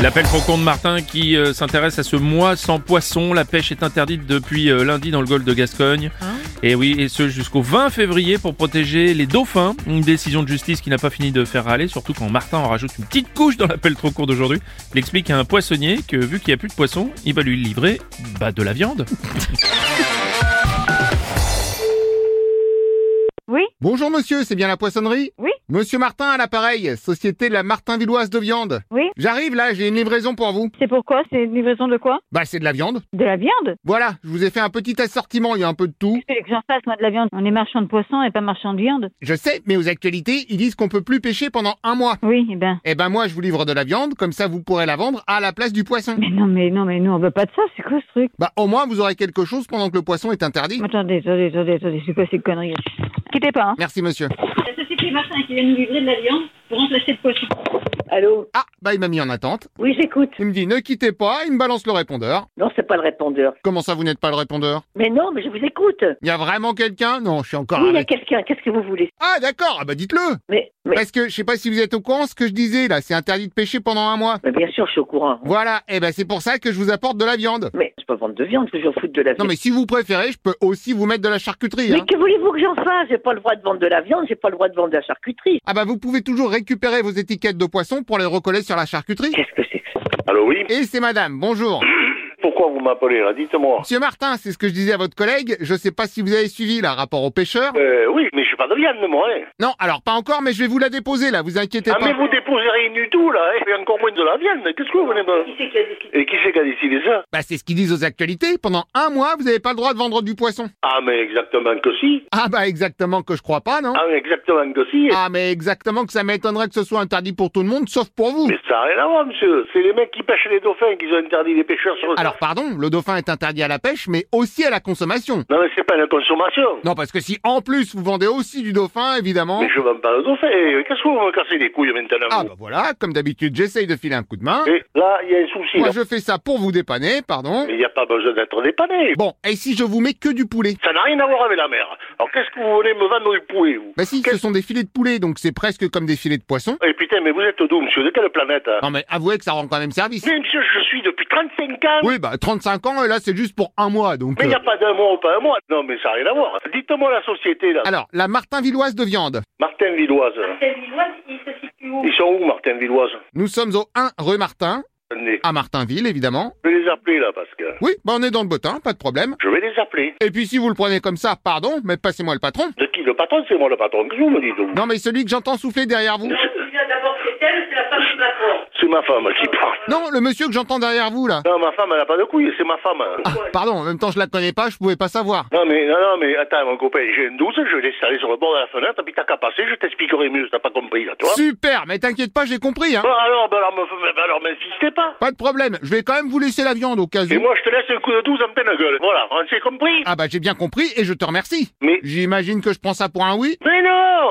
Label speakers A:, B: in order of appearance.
A: L'appel trop con de Martin qui euh, s'intéresse à ce mois sans poisson. La pêche est interdite depuis euh, lundi dans le golfe de Gascogne. et oui, et ce jusqu'au 20 février pour protéger les dauphins. Une décision de justice qui n'a pas fini de faire râler, surtout quand Martin en rajoute une petite couche dans l'appel trop court d'aujourd'hui. Il explique à un poissonnier que vu qu'il n'y a plus de poisson, il va lui livrer bah, de la viande.
B: Oui,
C: Bonjour monsieur, c'est bien la poissonnerie
B: Oui.
C: Monsieur Martin à l'appareil, société de la Martin-Villoise de viande.
B: Oui.
C: J'arrive là, j'ai une livraison pour vous.
B: c'est pourquoi C'est une livraison de quoi
C: Bah c'est de la viande.
B: De la viande
C: Voilà, je vous ai fait un petit assortiment, il y a un peu de tout.
B: Qu'est-ce que j'en fasse, moi, de la viande On est marchand de poissons et pas marchand de viande.
C: Je sais, mais aux actualités, ils disent qu'on peut plus pêcher pendant un mois.
B: Oui, eh ben.
C: Eh ben moi je vous livre de la viande, comme ça vous pourrez la vendre à la place du poisson.
B: Mais non, mais non, mais nous, on veut pas de ça, c'est quoi ce truc
C: Bah au moins vous aurez quelque chose pendant que le poisson est interdit.
B: Attendez, attendez, attendez, attendez, c'est quoi ces conneries Quittez pas, hein.
C: Merci monsieur.
B: La société Martin qui vient nous livrer de la viande pour remplacer le poisson.
D: Allô
C: Ah, bah il m'a mis en attente.
D: Oui, j'écoute.
C: Il me dit ne quittez pas, il me balance le répondeur.
D: Non, c'est pas le répondeur.
C: Comment ça vous n'êtes pas le répondeur
D: Mais non, mais je vous écoute.
C: Il y a vraiment quelqu'un Non, je suis encore
D: Oui, il y a
C: avec.
D: quelqu'un. Qu'est-ce que vous voulez
C: Ah d'accord, ah bah dites-le
D: mais, mais,
C: Parce que je sais pas si vous êtes au courant ce que je disais là, c'est interdit de pêcher pendant un mois.
D: mais bien sûr, je suis au courant.
C: Voilà, et ben c'est pour ça que je vous apporte de la viande.
D: Mais je peux vendre de viande, que j'en fous de la
C: Non
D: viande.
C: mais si vous préférez, je peux aussi vous mettre de la charcuterie.
D: Mais
C: hein.
D: que voulez-vous que j'en fasse J'ai pas le droit de vendre de la viande, j'ai pas le droit de vendre de la charcuterie.
C: Ah bah vous pouvez toujours récupérer vos étiquettes de poisson pour les recoller sur la charcuterie.
D: Qu'est-ce que c'est que ça
E: Allô, oui
C: Et c'est madame, bonjour.
E: Pourquoi vous m'appelez là Dites-moi.
C: Monsieur Martin, c'est ce que je disais à votre collègue, je sais pas si vous avez suivi là, rapport aux pêcheurs.
E: Euh, oui, mais je suis pas de viande, moi, hein.
C: Non, alors pas encore, mais je vais vous la déposer là, vous inquiétez
E: Ah,
C: pas.
E: mais vous déposez rien du tout, là, hein. Et encore moins de la viande. Qu'est-ce que vous venez me... Et qui c'est qui a décidé ça
C: Bah c'est ce qu'ils disent aux actualités, pendant un mois vous n'avez pas le droit de vendre du poisson.
E: Ah, mais exactement que si.
C: Ah bah exactement que je crois pas, non
E: Ah, mais exactement que si.
C: Hein Ah mais exactement que ça m'étonnerait que ce soit interdit pour tout le monde, sauf pour vous.
E: Mais ça n'a rien à voir, monsieur. C'est les mecs qui pêchent les dauphins qui ont interdit les pêcheurs sur le...
C: Alors pardon, le dauphin est interdit à la pêche, mais aussi à la consommation.
E: Non, mais c'est pas la consommation.
C: Non, parce que si en plus vous vendez aussi du dauphin, évidemment...
E: Mais je vends pas le dauphin. Eh, Qu'est-ce que vous me cassez les couilles maintenant
C: Hein Ah
E: vous
C: bah voilà, comme d'habitude j'essaye de filer un coup de main.
E: Eh, là, il y a un souci,
C: Moi
E: là.
C: je fais ça pour vous dépanner, pardon.
E: Mais il n'y a pas besoin d'être dépanné.
C: Bon, et si je vous mets que du poulet
E: Ça n'a rien à voir avec la mer. Alors, qu'est-ce que vous voulez me vendre du poulet, vous
C: Bah si, ce sont des filets de poulet, donc c'est presque comme des filets de poisson.
E: Eh putain, mais vous êtes d'où, monsieur De quelle planète hein
C: Non mais avouez que ça rend quand même service.
E: Mais monsieur, je suis depuis 35 ans.
C: Oui, bah 35 ans, et là c'est juste pour un mois, donc...
E: Mais il n'y
C: euh,
E: a pas d'un mois ou pas un mois. Non, mais ça n'a rien à voir. Dites-moi la société, là.
C: Alors, la Martin-Villoise de viande.
E: Martin Villoise. Ils sont où, Martin Villoise
C: Nous sommes au 1 rue Martin,
E: Attendez,
C: à Martinville, évidemment.
E: Je vais les appeler, là, parce que...
C: Oui, bah on est dans le bottin, pas de problème.
E: Je vais les appeler.
C: Et puis si vous le prenez comme ça, pardon, mais passez-moi le patron.
E: De qui Le patron, c'est moi le patron. Qu'est-ce que vous me dites, vous
C: Non mais celui que j'entends souffler derrière vous.
E: C'est ma femme qui parle.
C: Non, le monsieur que j'entends derrière vous là.
E: Non, ma femme, elle n'a pas de couilles, c'est ma femme. hein.
C: Ah, pardon, en même temps je la connais pas, je pouvais pas savoir.
E: Non, mais, non, non, mais attends, mon copain, j'ai une douce, je vais l'installer sur le bord de la fenêtre, puis t'as qu'à passer, je t'expliquerai mieux, t'as pas compris, là, tu vois
C: Super, mais t'inquiète pas, j'ai compris hein.
E: Bon, alors, ben alors, me- ben alors, m'insistez pas.
C: Pas de problème, je vais quand même vous laisser la viande au cas
E: Et
C: où.
E: moi, je te laisse un coup de douze en pleine gueule. Voilà, on s'est compris
C: Ah bah j'ai bien compris et je te remercie.
E: Mais-
C: J'imagine que je prends ça pour un oui.
E: Mais non